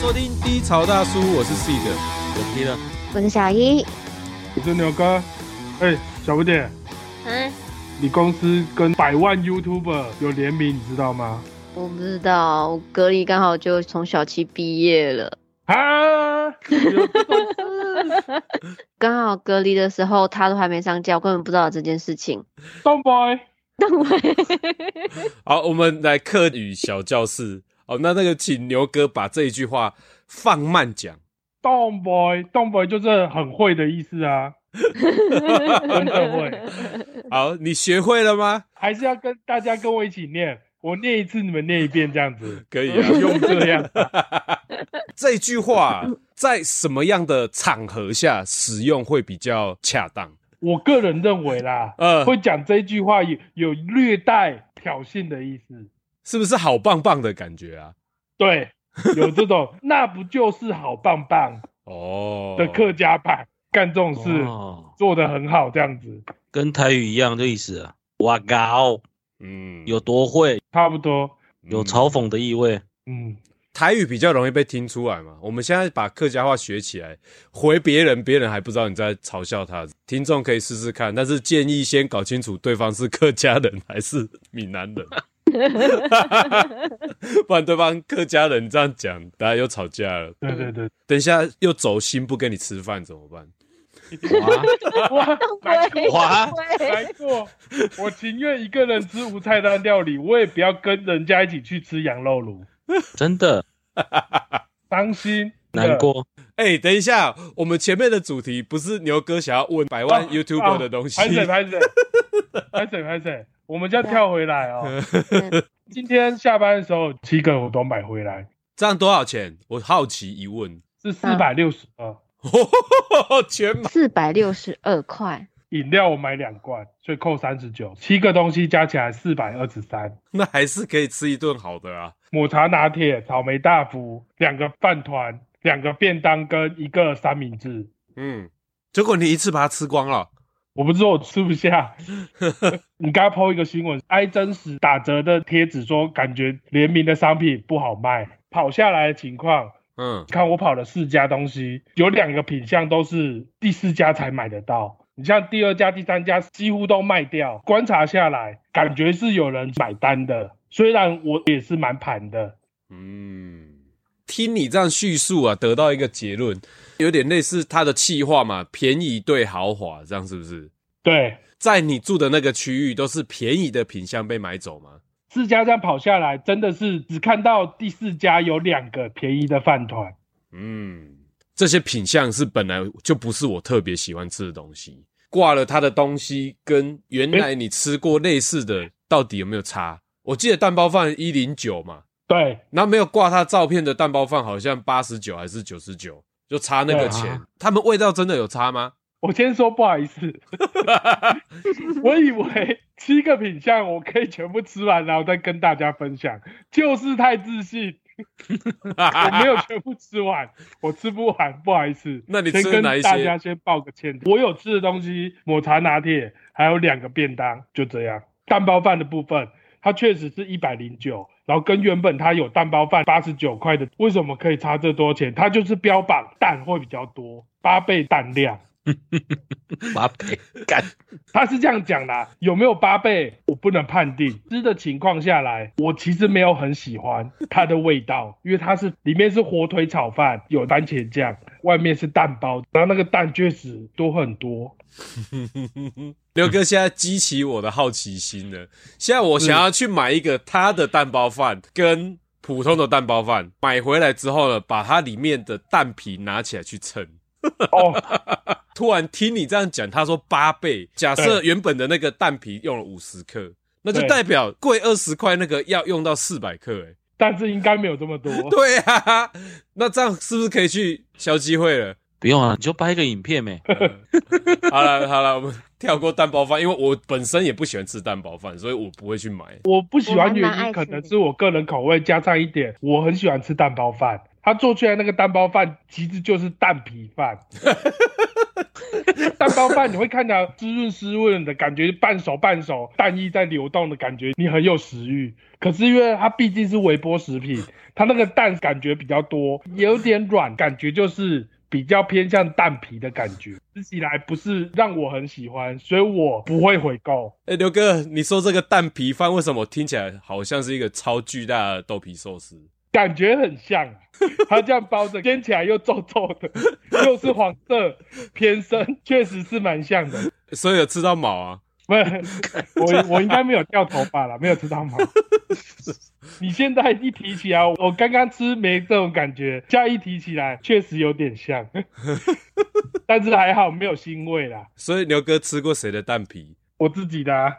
收听低潮大叔，我是 Seed，我批了。我是小一。我是牛哥。哎、小不点，嗯，你公司跟百万 YouTuber 有联名，你知道吗？我不知道，我隔离刚好就从小七毕业了，啊！有这种刚好隔离的时候他都还没上架，我根本不知道这件 事情。东 boy，好，我们来课语小教室。哦，那那个，请牛哥把这一句话放慢讲。东 boy，东 boy 就是很会的意思啊，真的会。好，你学会了吗？还是要跟大家跟我一起念，我念一次，你们念一遍，这样子。可以不啊。用这样，这句话在什么样的场合下使用会比较恰当？我个人认为啦，呃，会讲这句话有有略带挑衅的意思。是不是好棒棒的感觉啊？对，有这种，那不就是好棒棒哦，的客家版干这种事，哦，做的很好，这样子跟台语一样的意思啊。哇靠，嗯有多会，差不多。有嘲讽的意味。嗯，台语比较容易被听出来嘛。我们现在把客家话学起来，回别人，别人还不知道你在嘲笑他。听众可以试试看，但是建议先搞清楚对方是客家人还是闽南人，不然对方客家人这样讲，大家又吵架了。对对对，等一下又走心不跟你吃饭怎么办？哇，买错哇，买错，我情愿一个人吃无菜单料理，我也不要跟人家一起去吃羊肉炉，真的伤心难。过。哎、等一下，我们前面的主题不是牛哥想要问百万 YouTuber 的东西，拍水拍水拍水拍水，我们就要跳回来哦。今天下班的时候，七个我都买回来，这样多少钱？我好奇疑问，是四百六十二。全买四百六十二块，饮料我买两罐，所以扣三十九，七个东西加起来四百二十三。 那还是可以吃一顿好的啊。抹茶拿铁、草莓大福、两个饭团、两个便当跟一个三明治。嗯，结果你一次把它吃光了，我不知道我吃不下。你刚刚 PO 一个新闻，i 真实打折的贴纸说，感觉联名的商品不好卖，跑下来的情况。嗯，看我跑了四家东西，有两个品相都是第四家才买得到。你像第二家、第三家几乎都卖掉。观察下来，感觉是有人买单的，虽然我也是蛮盘的。嗯，听你这样叙述啊，得到一个结论，有点类似他的气话嘛，便宜对豪华，这样是不是？对，在你住的那个区域，都是便宜的品相被买走吗？四家这样跑下来，真的是只看到第四家有两个便宜的饭团。嗯，这些品相是本来就不是我特别喜欢吃的东西，挂了它的东西跟原来你吃过类似的到底有没有差？我记得蛋包饭一零九嘛，对，然后没有挂他照片的蛋包饭好像八十九还是九十九，就差那个对钱啊。他们味道真的有差吗？我先说不好意思，我以为七个品相我可以全部吃完，然后再跟大家分享，就是太自信。我没有全部吃完，我吃不完，不好意思。那你先吃跟哪一大些家先报个歉。我有吃的东西，抹茶拿铁，还有两个便当，就这样。蛋包饭的部分，它确实是一百零九，然后跟原本它有蛋包饭八十九块的，为什么可以差这多钱？它就是标榜蛋会比较多，八倍蛋量。八倍干，他是这样讲啦，有没有八倍我不能判定。吃的情况下来，我其实没有很喜欢它的味道，因为它是里面是火腿炒饭，有番茄酱，外面是蛋包，然后那个蛋确实多很多。 刘哥现在激起我的好奇心了。现在我想要去买一个他的蛋包饭跟普通的蛋包饭，买回来之后呢，把它里面的蛋皮拿起来去称。哦，突然听你这样讲，他说八倍，假设对原本的那个蛋皮用了五十克，那就对代表贵二十块那个要用到四百克、欸，但是应该没有这么多。 对啊，那这样是不是可以去消机会了？ 不用啊，你就拍一个影片呗。好了好了，我们跳过蛋包饭，因为我本身也不喜欢吃蛋包饭，所以我不会去买。我不喜欢原因我还蛮爱吃可的能是我个人口味，加上一点我很喜欢吃蛋包饭。他做出来那个蛋包饭其实就是蛋皮饭，蛋包饭你会看到湿润湿润的感觉，半熟半熟，蛋液在流动的感觉，你很有食欲。可是因为它毕竟是微波食品，它那个蛋感觉比较多，有点软，感觉就是比较偏向蛋皮的感觉，吃起来不是让我很喜欢，所以我不会回购。哎、刘哥，你说这个蛋皮饭为什么听起来好像是一个超巨大的豆皮寿司？感觉很像，它这样包着，煎起来又皱皱的，又是黄色偏深，确实是蛮像的。所以有吃到毛啊？不是，我我应该没有掉头发了，没有吃到毛。你现在一提起来，我刚刚吃没这种感觉，现在一提起来确实有点像，但是还好没有腥味啦。所以牛哥吃过谁的蛋皮？我自己的、啊，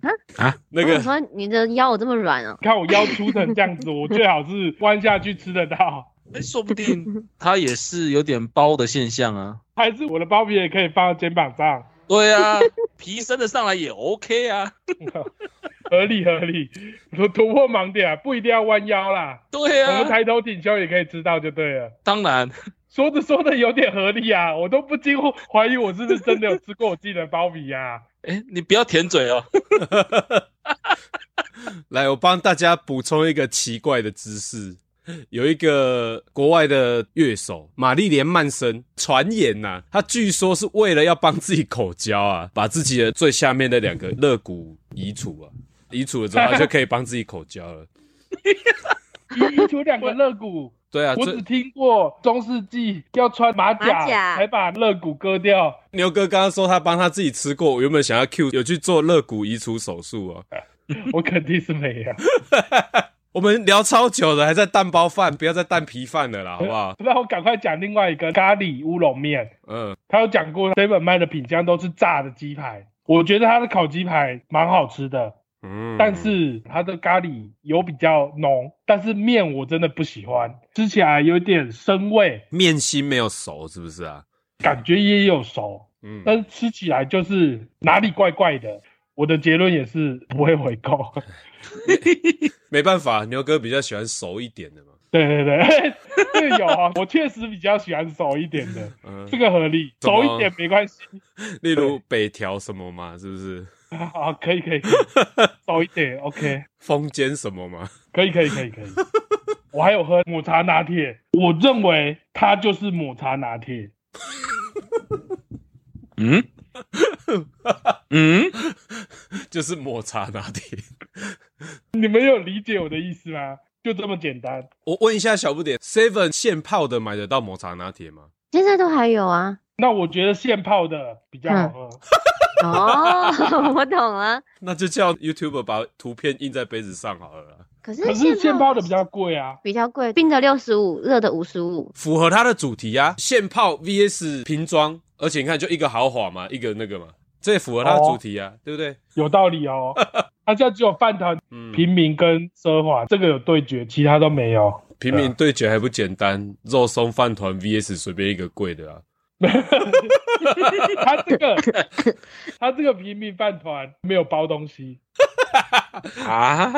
那我个想说你的腰有这么软哦？看我腰粗成这样子，我最好是弯下去吃得到，哎，说不定它也是有点包的现象啊。还是我的包皮也可以放到肩膀上，对啊，皮伸的上来也 OK 啊。合理合理， 突突破盲点啊，不一定要弯腰啦，对我们啊，抬头挺胸也可以吃到就对了。当然，说着说着有点合理啊，我都不禁怀疑我是不是真的有吃过我自己的包皮啊。 哎，你不要舔嘴哦。来，我帮大家补充一个奇怪的知识。有一个国外的乐手玛丽莲·曼森，传言呐、他据说是为了要帮自己口交啊，把自己的最下面的两个肋骨移除啊，移除了之后，他就可以帮自己口交了。移移除两个肋骨，对啊，我这只听过中世纪要穿马甲马甲才把肋骨割掉，牛哥刚刚说他帮他自己吃过，我原本想要 Q 有去做肋骨移除手术啊。 我肯定是没有。 我们聊超久了，还在蛋包饭，不要再蛋皮饭了啦，好不好？那我赶快讲另外一个咖喱乌龙面，嗯，他有讲过 seven 卖的品相都是炸的鸡排，我觉得他的烤鸡排蛮好吃的，嗯但是他的咖喱油比较浓，但是面我真的不喜欢，吃起来有点生味，面心没有熟，是不是啊？感觉也有熟，嗯，但是吃起来就是哪里怪怪的。我的结论也是不会回购。 没办法，牛哥比较喜欢熟一点的嘛。对对对， 这个有 啊，我确实比较喜欢熟一点的，嗯，这个合理，怎熟么一点没关系。 例如北条什么嘛，是不是？好，可以可 以，可以熟一点，OK，风间什么嘛？ 可以可以可以可以。我还有喝抹茶拿铁，我认为它就是抹茶拿铁，嗯嗯，就是抹茶拿铁。你们有理解我的意思吗？就这么简单。 我问一下小不点，Seven 现泡的买得到抹茶拿铁吗？现在都还有啊。那我觉得现泡的比较好喝，哦，我懂了。那就叫 YouTuber 把图片印在杯子上好了啦，可是可是现泡的比较较贵啊。比较贵，冰的六十五，热的五十五。符合它的主题啊。现泡 VS 瓶装，而且你看，就一个豪华嘛，一个那个嘛，这也符合它的主题啊，对不对？有道理哦。他现在只有饭团、嗯，平民跟奢华这个有对决，其他都没有。平民对决还不简单，肉松饭团 VS 随便一个贵的啊。他这个他这个平民饭团没有包东西，啊，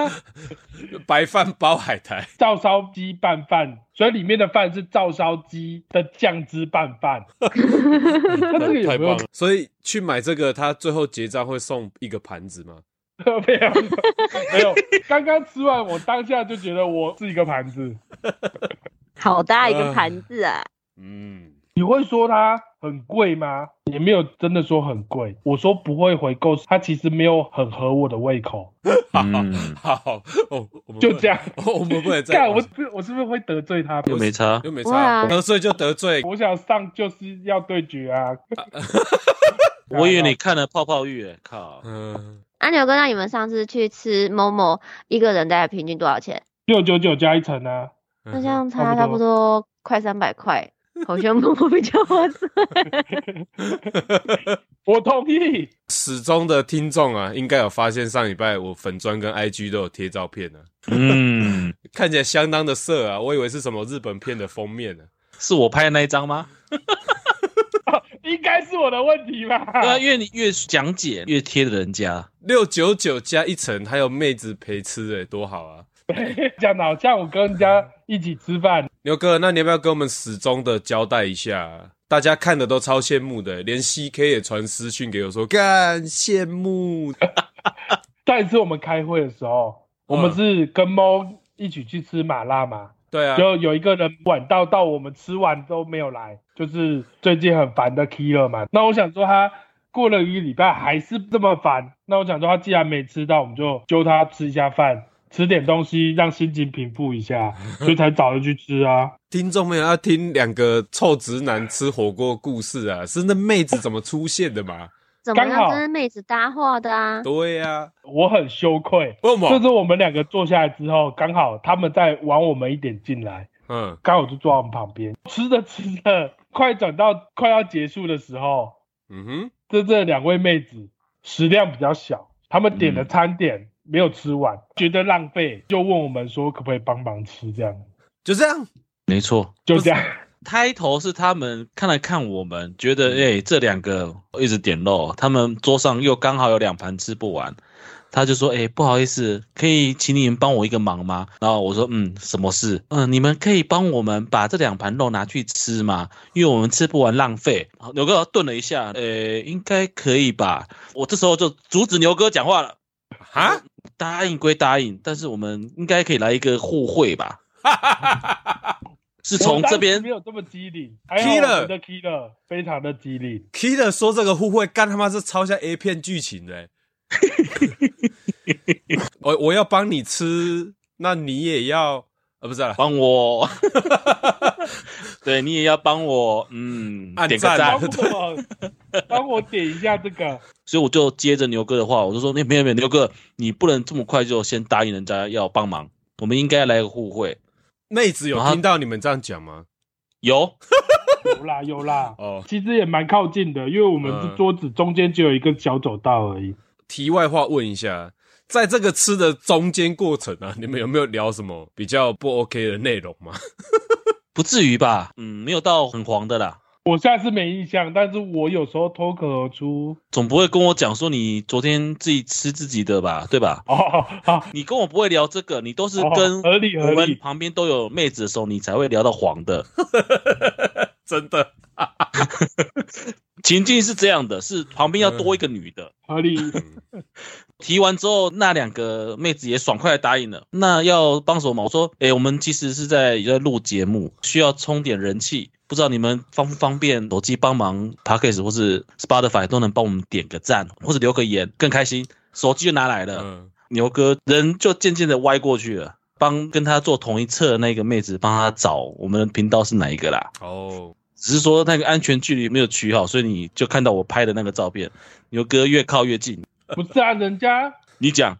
白饭包海苔，照烧鸡拌饭，所以里面的饭是照烧鸡的酱汁拌饭。 他这个有太没棒有了！所以去买这个，他最后结账会送一个盘子吗？没有没有？刚刚吃完，我当下就觉得我是一个盘子。好大一个盘子啊！嗯，你会说它很贵吗？也没有真的说很贵。我说不会回购，它其实没有很合我的胃口，嗯，好， 哦，我们就这样。不能，我们不能再干我是我是不是会得罪他？又没差，又没哇差，得罪就得罪。我想上就是要对决啊！ 我以为你看了泡泡浴欸，靠，嗯，阿牛哥，那你们上次去吃某某，一个人大概平均多少钱？ 六九九加一层啊，嗯那这样差差不差不多快三百块，好像某某比较划算。我同意。始终的听众啊，应该有发现上礼拜我粉砖跟 IG 都有贴照片呢、啊，嗯，看起来相当的色啊，我以为是什么日本片的封面呢、是我拍的那一张吗？应该是我的问题吧？对啊，因为你越讲解越贴人家，六九九加一层，还有妹子陪吃、欸，多好啊！讲的好像我跟人家一起吃饭，牛哥，那你要不要跟我们始终的交代一下啊、大家看的都超羡慕的，连 CK 也传私讯给我说干羡慕。上一次我们开会的时候，我们是跟猫一起去吃麻辣嘛，对啊，就有一个人晚到到我们吃完都没有来，就是最近很烦的 Killer 嘛。那我想说他过了一个礼拜还是这么烦，那我想说他既然没吃到，我们就揪他吃一下饭，吃点东西让心情平复一下，所以才找他去吃啊。听众朋友要听两个臭直男吃火锅故事啊，是那妹子怎么出现的嘛？怎么刚样好跟妹子搭话的啊？对呀、我很羞愧，为什么就是我们两个坐下来之后，刚好他们在往我们一点进来。嗯，刚好就坐在我们旁边，吃着吃着，快转到快要结束的时候，嗯哼，这这两位妹子食量比较小，她们点的嗯餐点、没有吃完，觉得浪费，就问我们说可不可以帮忙吃，这样就这样。没错。就这样。开头是他们看了看我们，觉得哎、欸这两个一直点肉，他们桌上又刚好有两盘吃不完，他就说哎、欸不好意思，可以请你们帮我一个忙吗？然后我说嗯什么事？嗯你们可以帮我们把这两盘肉拿去吃吗？因为我们吃不完浪费。然后牛哥顿了一下，呃、应该可以吧？我这时候就阻止牛哥讲话了，哈，答应归答应，但是我们应该可以来一个互惠吧？是从我当时这边没有这么机灵，还好我 Killer 们的 Killer 非常的机灵， Killer 说这个互惠干他妈是超像 A 片剧情的、 欸。我我要帮你吃，那你也要呃不是啦，帮我，对你也要帮我，嗯，按点个赞赞帮。我 帮我点一下这个，所以我就接着牛哥的话，我就说，那没有没有，牛哥，你不能这么快就先答应人家要帮忙，我们应该来个互惠。妹子有然后听到你们这样讲吗？有，有啦有啦。哦，其实也蛮靠近的，因为我们嗯是桌子中间只有一个小走道而已。题外话问一下，在这个吃的中间过程啊， 你们有没有聊什么比较不 OK 的内容吗？ 不至于吧？嗯，没有到很黄的啦，我现在是没印象，但是我有时候脱口而出总不会跟我讲说你昨天自己吃自己的吧，对吧？哦，好，你跟我不会聊这个，你都是哦跟合理合我们理，旁边都有妹子的时候，你才会聊到黄的。 真的，情境是这样的，是旁边要多一个女的，合理，提完之后，那两个妹子也爽快地答应了。那要帮手吗？我说，哎、我们其实是在也在录节目，需要充点人气，不知道你们方不方便手机帮忙 p a c k a g e 或是 Spotify 都能帮我们点个赞或者留个言，更开心。手机就拿来了，嗯，牛哥人就渐渐的歪过去了，帮跟他坐同一侧的那个妹子帮他找我们的频道是哪一个啦。哦，只是说那个安全距离没有取好，所以你就看到我拍的那个照片，牛哥越靠越近。不是啊，人 家你讲，，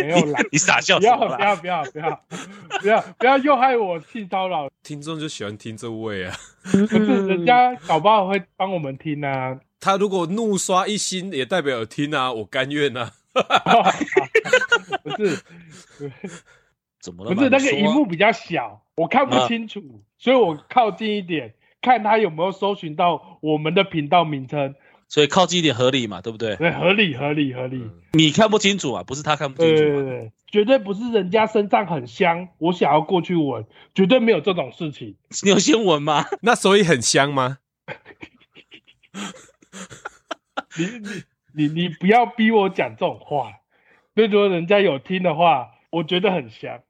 没有啦 你傻笑不什要么不啦？要不要不要不要不要又害我性骚扰，听众就喜欢听这位啊。 不是 嗯人家搞不好会帮我们听啊，他如果怒刷一星，也代表有听啊，我甘愿啊。 不是怎么了不嘛？是那个你荧说啊啊幕比较小，我看不清楚，所以我靠近一点，看他有没有搜寻到我们的频道名称，所以靠近一点合理嘛，对不对？对，合理合理合理。嗯你看不清楚啊，不是他看不清对楚对嘛、对，绝对不是人家身上很香，我想要过去闻，绝对没有这种事情。你有新闻吗？那所以很香吗？你你你你不要逼我讲这种话。如果人家有听的话，我觉得很香。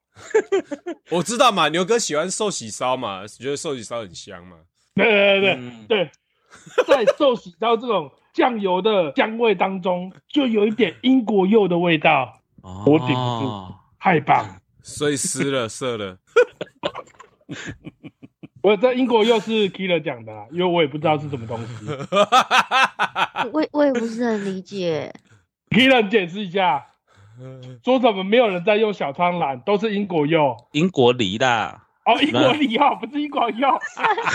我知道嘛，牛哥喜欢寿喜烧嘛，觉得寿喜烧很香嘛。对对对对、嗯对，在寿喜烧这种酱油的香味当中，就有一点英国柚的味道，我顶不住哦太棒！所以湿了、射了，我这英国柚是 Killer 讲的啦，因为我也不知道是什么东西。我我也不是很理解。 Killer 解释一下，说什么没有人在用小苍兰，都是英国柚。英国梨啦，哦，英国梨哦，不是英国柚。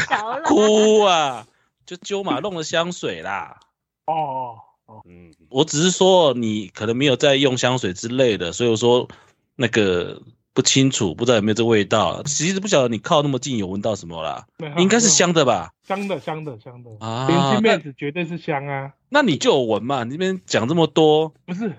少了，哭啊，就鸠马弄的香水啦。哦， 嗯，我只是说你可能没有在用香水之类的，所以我说那个不清楚，不知道有没有这味道。其实不晓得你靠那么近有闻到什么啦， 应该是香的吧？香的，香的，香的。年啊轻，妹那子绝对是香啊，那你就有闻嘛？你这边讲这么多，不是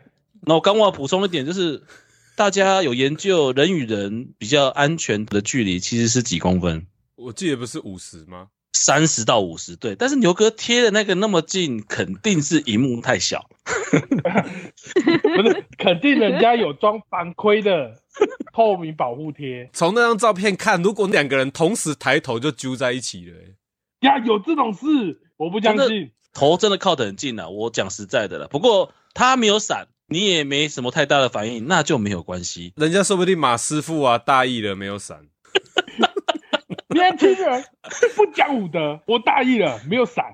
那我刚忘了补充一点，就是 大家有研究人与人比较安全的距离其实是几公分，我记得不是五十吗？三十到五十，对。但是牛哥贴的那个那么近，肯定是荧幕太小。不是，肯定人家有装反馈的透明保护贴从那张照片看，如果两个人同时抬头就揪在一起了、欸呀，有这种事，我不相信。头真的靠得很近了、我讲实在的了。不过他没有闪，你也没什么太大的反应，那就没有关系。人家说不定马师傅啊大意了没有闪，年轻人不讲武德，我大意了，没有闪。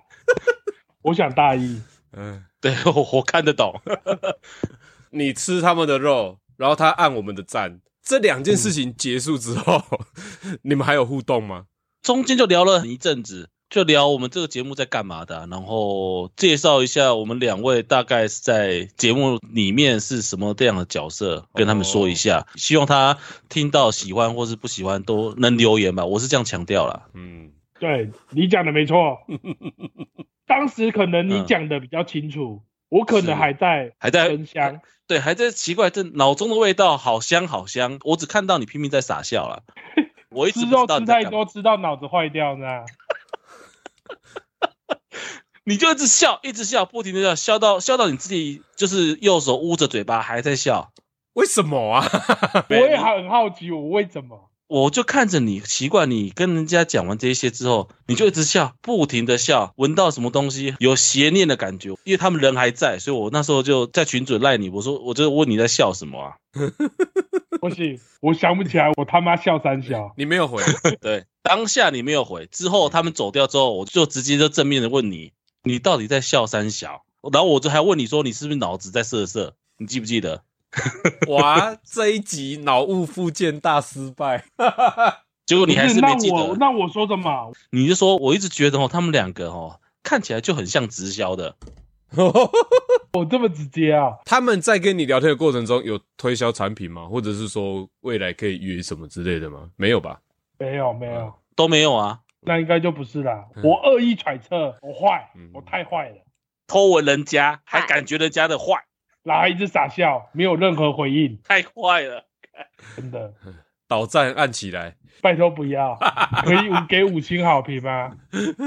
我想大意，嗯，对我我看得懂，你吃他们的肉，然后他按我们的赞，这两件事情结束之后，你们还有互动吗？中间就聊了一阵子，就聊我们这个节目在干嘛的啊、然后介绍一下我们两位大概是在节目里面是什么这样的角色，跟他们说一哦下，希望他听到喜欢或是不喜欢都能留言吧，我是这样强调啦。嗯，对你讲的没 错。当时可能你讲的比较清楚，我可嗯是能还在还在喷香。对，还在奇怪，这脑中的味道好香好香，我只看到你拼命在傻笑 啦。我一直吃不知肉道吃你在太干嘛多，吃到脑子坏掉 呢。你就一直笑，一直笑，不停的笑，笑到笑到你自己就是右手捂着嘴巴还在笑，为什么啊？我也很好奇，我为什么？我就看着你，奇怪，你跟人家讲完这些之后，你就一直笑，不停的笑，闻到什么东西有邪念的感觉，因为他们人还在，所以我那时候就在群主赖你，我说我就问你在笑什 么啊？不行，我想不起来，我他妈笑三 笑。你没有回，对，当下你没有回，之后他们走掉之后，我就直接就正面的问你，你到底在笑三小？然后我就还问你说你是不是脑子在色色？你记不记得？ 哇，这一集脑雾复健大失败， 结果你还是没记那我得，那我说什么？你就说我一直觉得哦，他们两个哦看起来就很像直销的，我这么直接啊？他们在跟你聊天的过程中有推销产品吗？或者是说未来可以约什么之类的吗？没有吧？没有没有，都没有啊，那应该就不是啦。嗯我恶意揣测，我坏嗯，我太坏了，偷闻人家，还嗨感觉人家的坏，然后一直傻笑，没有任何回应，太坏了。真的，导弹按起来，拜托不要，可以五给五星好评吗？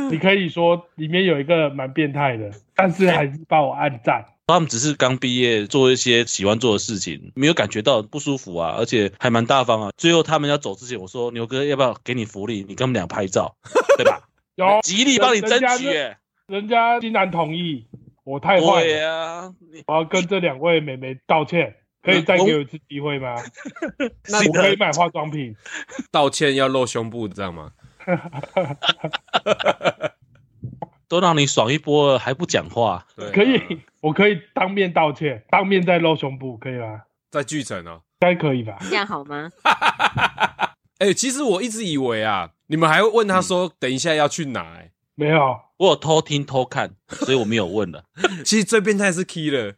你可以说里面有一个蛮变态的，但是还是帮我按赞。他们只是刚毕业，做一些喜欢做的事情，没有感觉到不舒服啊，而且还蛮大方啊。最后他们要走之前，我说牛哥要不要给你福利，你跟他们俩拍照，对吧？有极力帮你争人家取、欸。人家竟然同意，我太坏对了，呀、啊，你我要跟这两位美眉道歉。可以再给我一次机会吗？是我可以的，买化妆品。道歉要露胸部，这样吗？都让你爽一波了，还不讲话，对啊可以，我可以当面道歉，当面再露胸部，可以吗？在巨城哦。应该可以吧？这样好吗？哎、其实我一直以为啊，你们还会问嗯他说，等一下要去哪、欸？没有，我有偷听偷看，所以我没有问了。 其实最变态是 Key 了，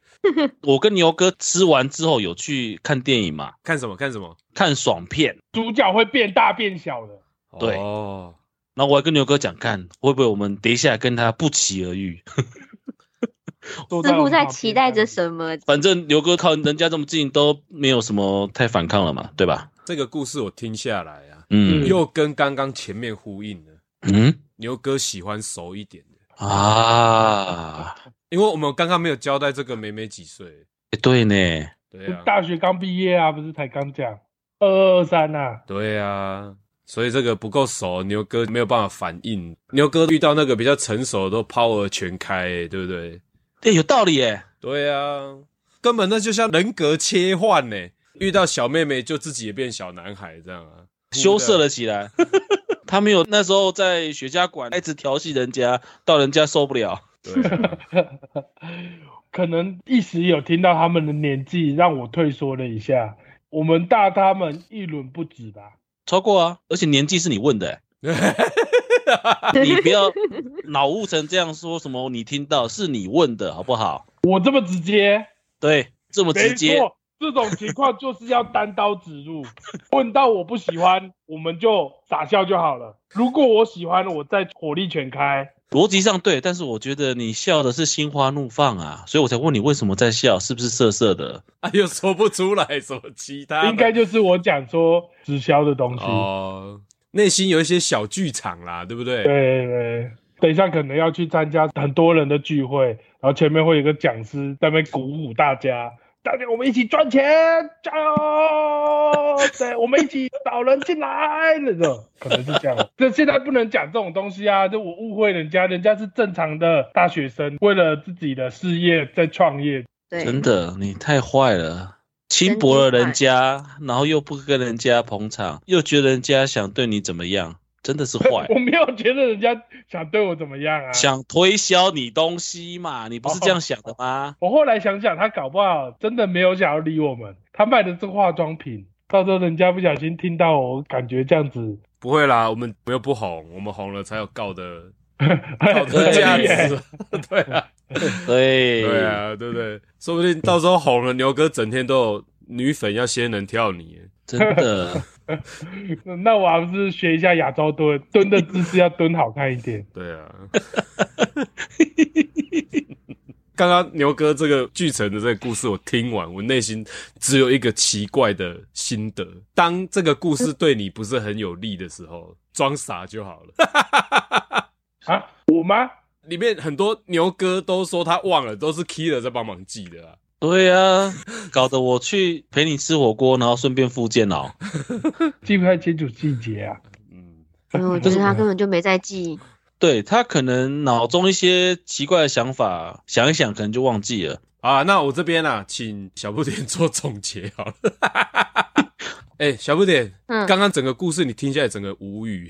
我跟牛哥吃完之后有去看电影嘛，看什么看什么？看爽片，主角会变大变小的。对哦，然后我还跟牛哥讲，看会不会我们等一下跟他不期而遇。似乎在期待着什么？反正牛哥靠人家这么近都没有什么太反抗了嘛，对吧？这个故事我听下来啊，嗯又跟刚刚前面呼应了。嗯牛哥喜欢熟一点的，啊，因为我们刚刚没有交代这个妹妹几岁。诶对呢，对啊，大学刚毕业啊，不是才刚讲二二三呐？对啊，所以这个不够熟，牛哥没有办法反应。牛哥遇到那个比较成熟的都 power 全开、欸，对不对？对，有道理耶。对啊，根本那就像人格切换呢、遇到小妹妹就自己也变小男孩这样啊，羞涩了起来。 他没有那时候在雪茄馆一直调戏人家，到人家受不了。对 啊、 可能一时有听到他们的年纪，让我退缩了一下。我们大他们一轮不止吧？超过啊，而且年纪是你问的、欸，你不要脑雾成这样说什么，你听到是你问的好不好？我这么直接，对，这么直没接，错，这种情况就是要单刀直入。问到我不喜欢，我们就傻笑就好了。如果我喜欢，我再火力全开。逻辑上对，但是我觉得你笑的是心花怒放啊，所以我才问你为什么在笑，是不是色色的？啊又说不出来什么其他的，应该就是我讲说直销的东西。哦。内心有一些小剧场啦，对不对？对对，等一下可能要去参加很多人的聚会，然后前面会有一个讲师在那边鼓舞大家，大家我们一起赚钱，加油！对，我们一起找人进来，那种可能是这样。这现在不能讲这种东西啊，就我误会人家，人家是正常的大学生，为了自己的事业在创业。，对，真的，你太坏了，轻薄了人家，然后又不跟人家捧场，又觉得人家想对你怎么样，真的是坏 我没有觉得人家想对我怎么样啊。想推销你东西嘛，你不是这样想的吗？我后来想想，他搞不好真的没有想要理我们，他卖的是化妆品，到时候人家不小心听到我，感觉这样子， 不会啦，我们又不红，我们红了才有告的好告的价值。 对啊，对对啊，对不对？说不定到时候红了，牛哥整天都有女粉要仙人跳你。真 的，那我还是学一下亚洲蹲，蹲的姿势要蹲好看一 点。对啊。 刚刚牛哥这个巨城的这个故事，我听完，我内心只有一个奇怪的心得：当这个故事对你不是很有利的时候，装傻就好了。啊，我吗？里面很多牛哥都说他忘了，都是 Killer 在帮忙记的啊。对啊，搞得我去陪你吃火锅，然后顺便复健哦。记不太清楚细节啊。嗯，因为我觉得他根本就没在记。对他可能脑中一些奇怪的想法，想一想可能就忘记了。啊，那我这边啊，请小不点 做总结好了。哎、小不点，嗯，刚刚整个故事你听下来，整个无语，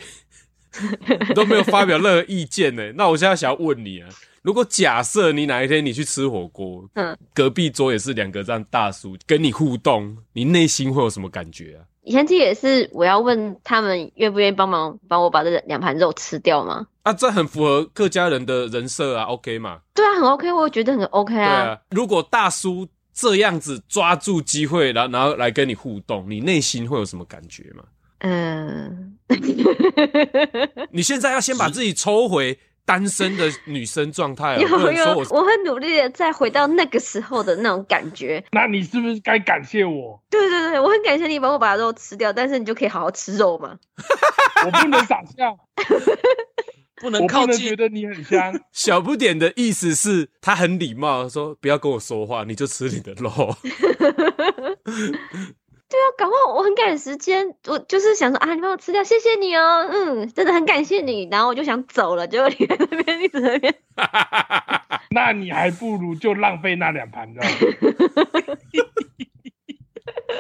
你都没有发表任何意见呢。那我现在想要问你啊，如果假设你哪一天你去吃火锅，嗯，隔壁桌也是两个这样大叔跟你互动，你内心会有什么感觉啊？以前这也是我要问他们愿不愿意帮忙帮我把这两盘肉吃掉吗？啊，这很符合客家人的人设啊，OK 嘛？对啊，很 OK，我觉得很 OK 对啊。啊，如果大叔这样子抓住机会，然后然后来跟你互动，你内心会有什么感觉吗？嗯，你现在要先把自己抽回单身的女生状 态、哦，有不能有说我，我会努力的再回到那个时候的那种感觉。那你是不是该感谢我？对对对，我很感谢你帮我把肉吃掉，但是你就可以好好吃肉嘛。我不能傻笑，不我 能靠不能觉近，得你很香。小不点的意思是他很礼貌，说不要跟我说话，你就吃你的肉。 对啊，搞不好我很赶时间，我就是想说啊，你帮我吃掉，谢谢你哦，嗯，真的很感谢你。然后我就想走了，结果你在 那边一直在那边， 那你还不如就浪费那两盘肉，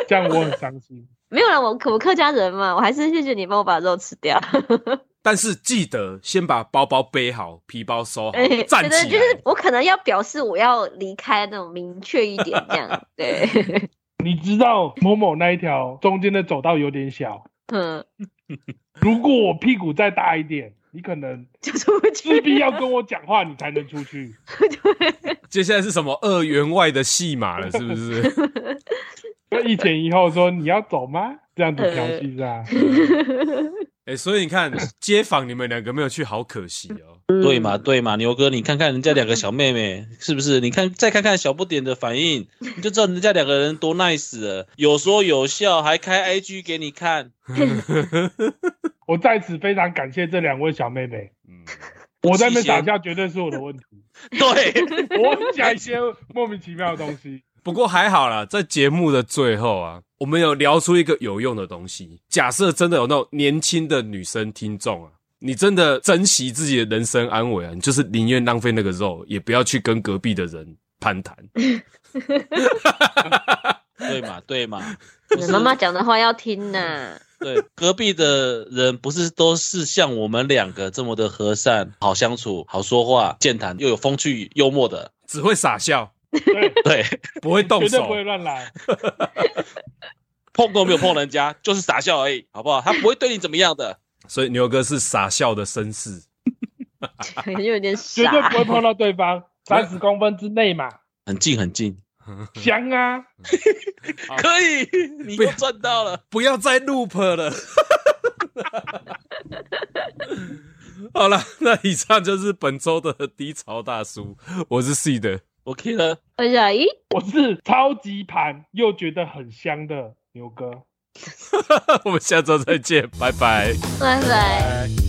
这样我很伤心。没有啦，我我客家人嘛，我还是谢谢你帮我把肉吃掉。哦 但是记得先把包包背好，皮包收好，哎，站觉得起就来。是我可能要表示我要离开那种明确一点，这样对， 你知道某某那一条中间的走道有点小，嗯，如果我屁股再大一点，你可能就出不去势必要跟我讲话，你才能出去。接下来是什么二员外的戏码了，是不 是？就一前一后说你要走吗？这样子调戏是啊，哎、所以你看，街坊你们两个没有去，好可惜哦。对嘛对嘛，牛哥，你看看人家两个小妹妹是不是？你看再看看小不点的反 应，你就知道人家两个人多 nice 了，有说有笑，还开 IG 给你看。我在此非常感谢这两位小妹妹。嗯，我在那边谢谢傻笑，绝对是我的问题。 对，我会讲一些莫名其妙的东西。不过还好啦，在节目的最后啊，我们有聊出一个有用的东西。假设真的有那种年轻的女生听众啊，你真的珍惜自己的人生安危啊，你就是宁愿浪费那个肉，也不要去跟隔壁的人攀谈。对嘛对嘛，不嗯是妈妈讲的话要听 呐、对隔壁的人不是都是像我们两个这么的和善、好相处、好说话、健谈又有风趣幽默的，只会傻笑，对，对， 不会动绝对手不。会乱来。碰都没有碰人家，就是傻笑而已，好不好？他不会对你怎么样的。所以牛哥是傻笑的绅士。可能有点绝对傻不。会碰到对方，三十公分之内 嘛，很近很近，香啊！可以，你又赚到了。不要再 loop 了。 好了，那以上就是本周的低潮大叔，我是 C 的， OK 了，我想，咦，我是超级盘又觉得很香的牛哥，我们下周再见，拜拜。拜拜。拜。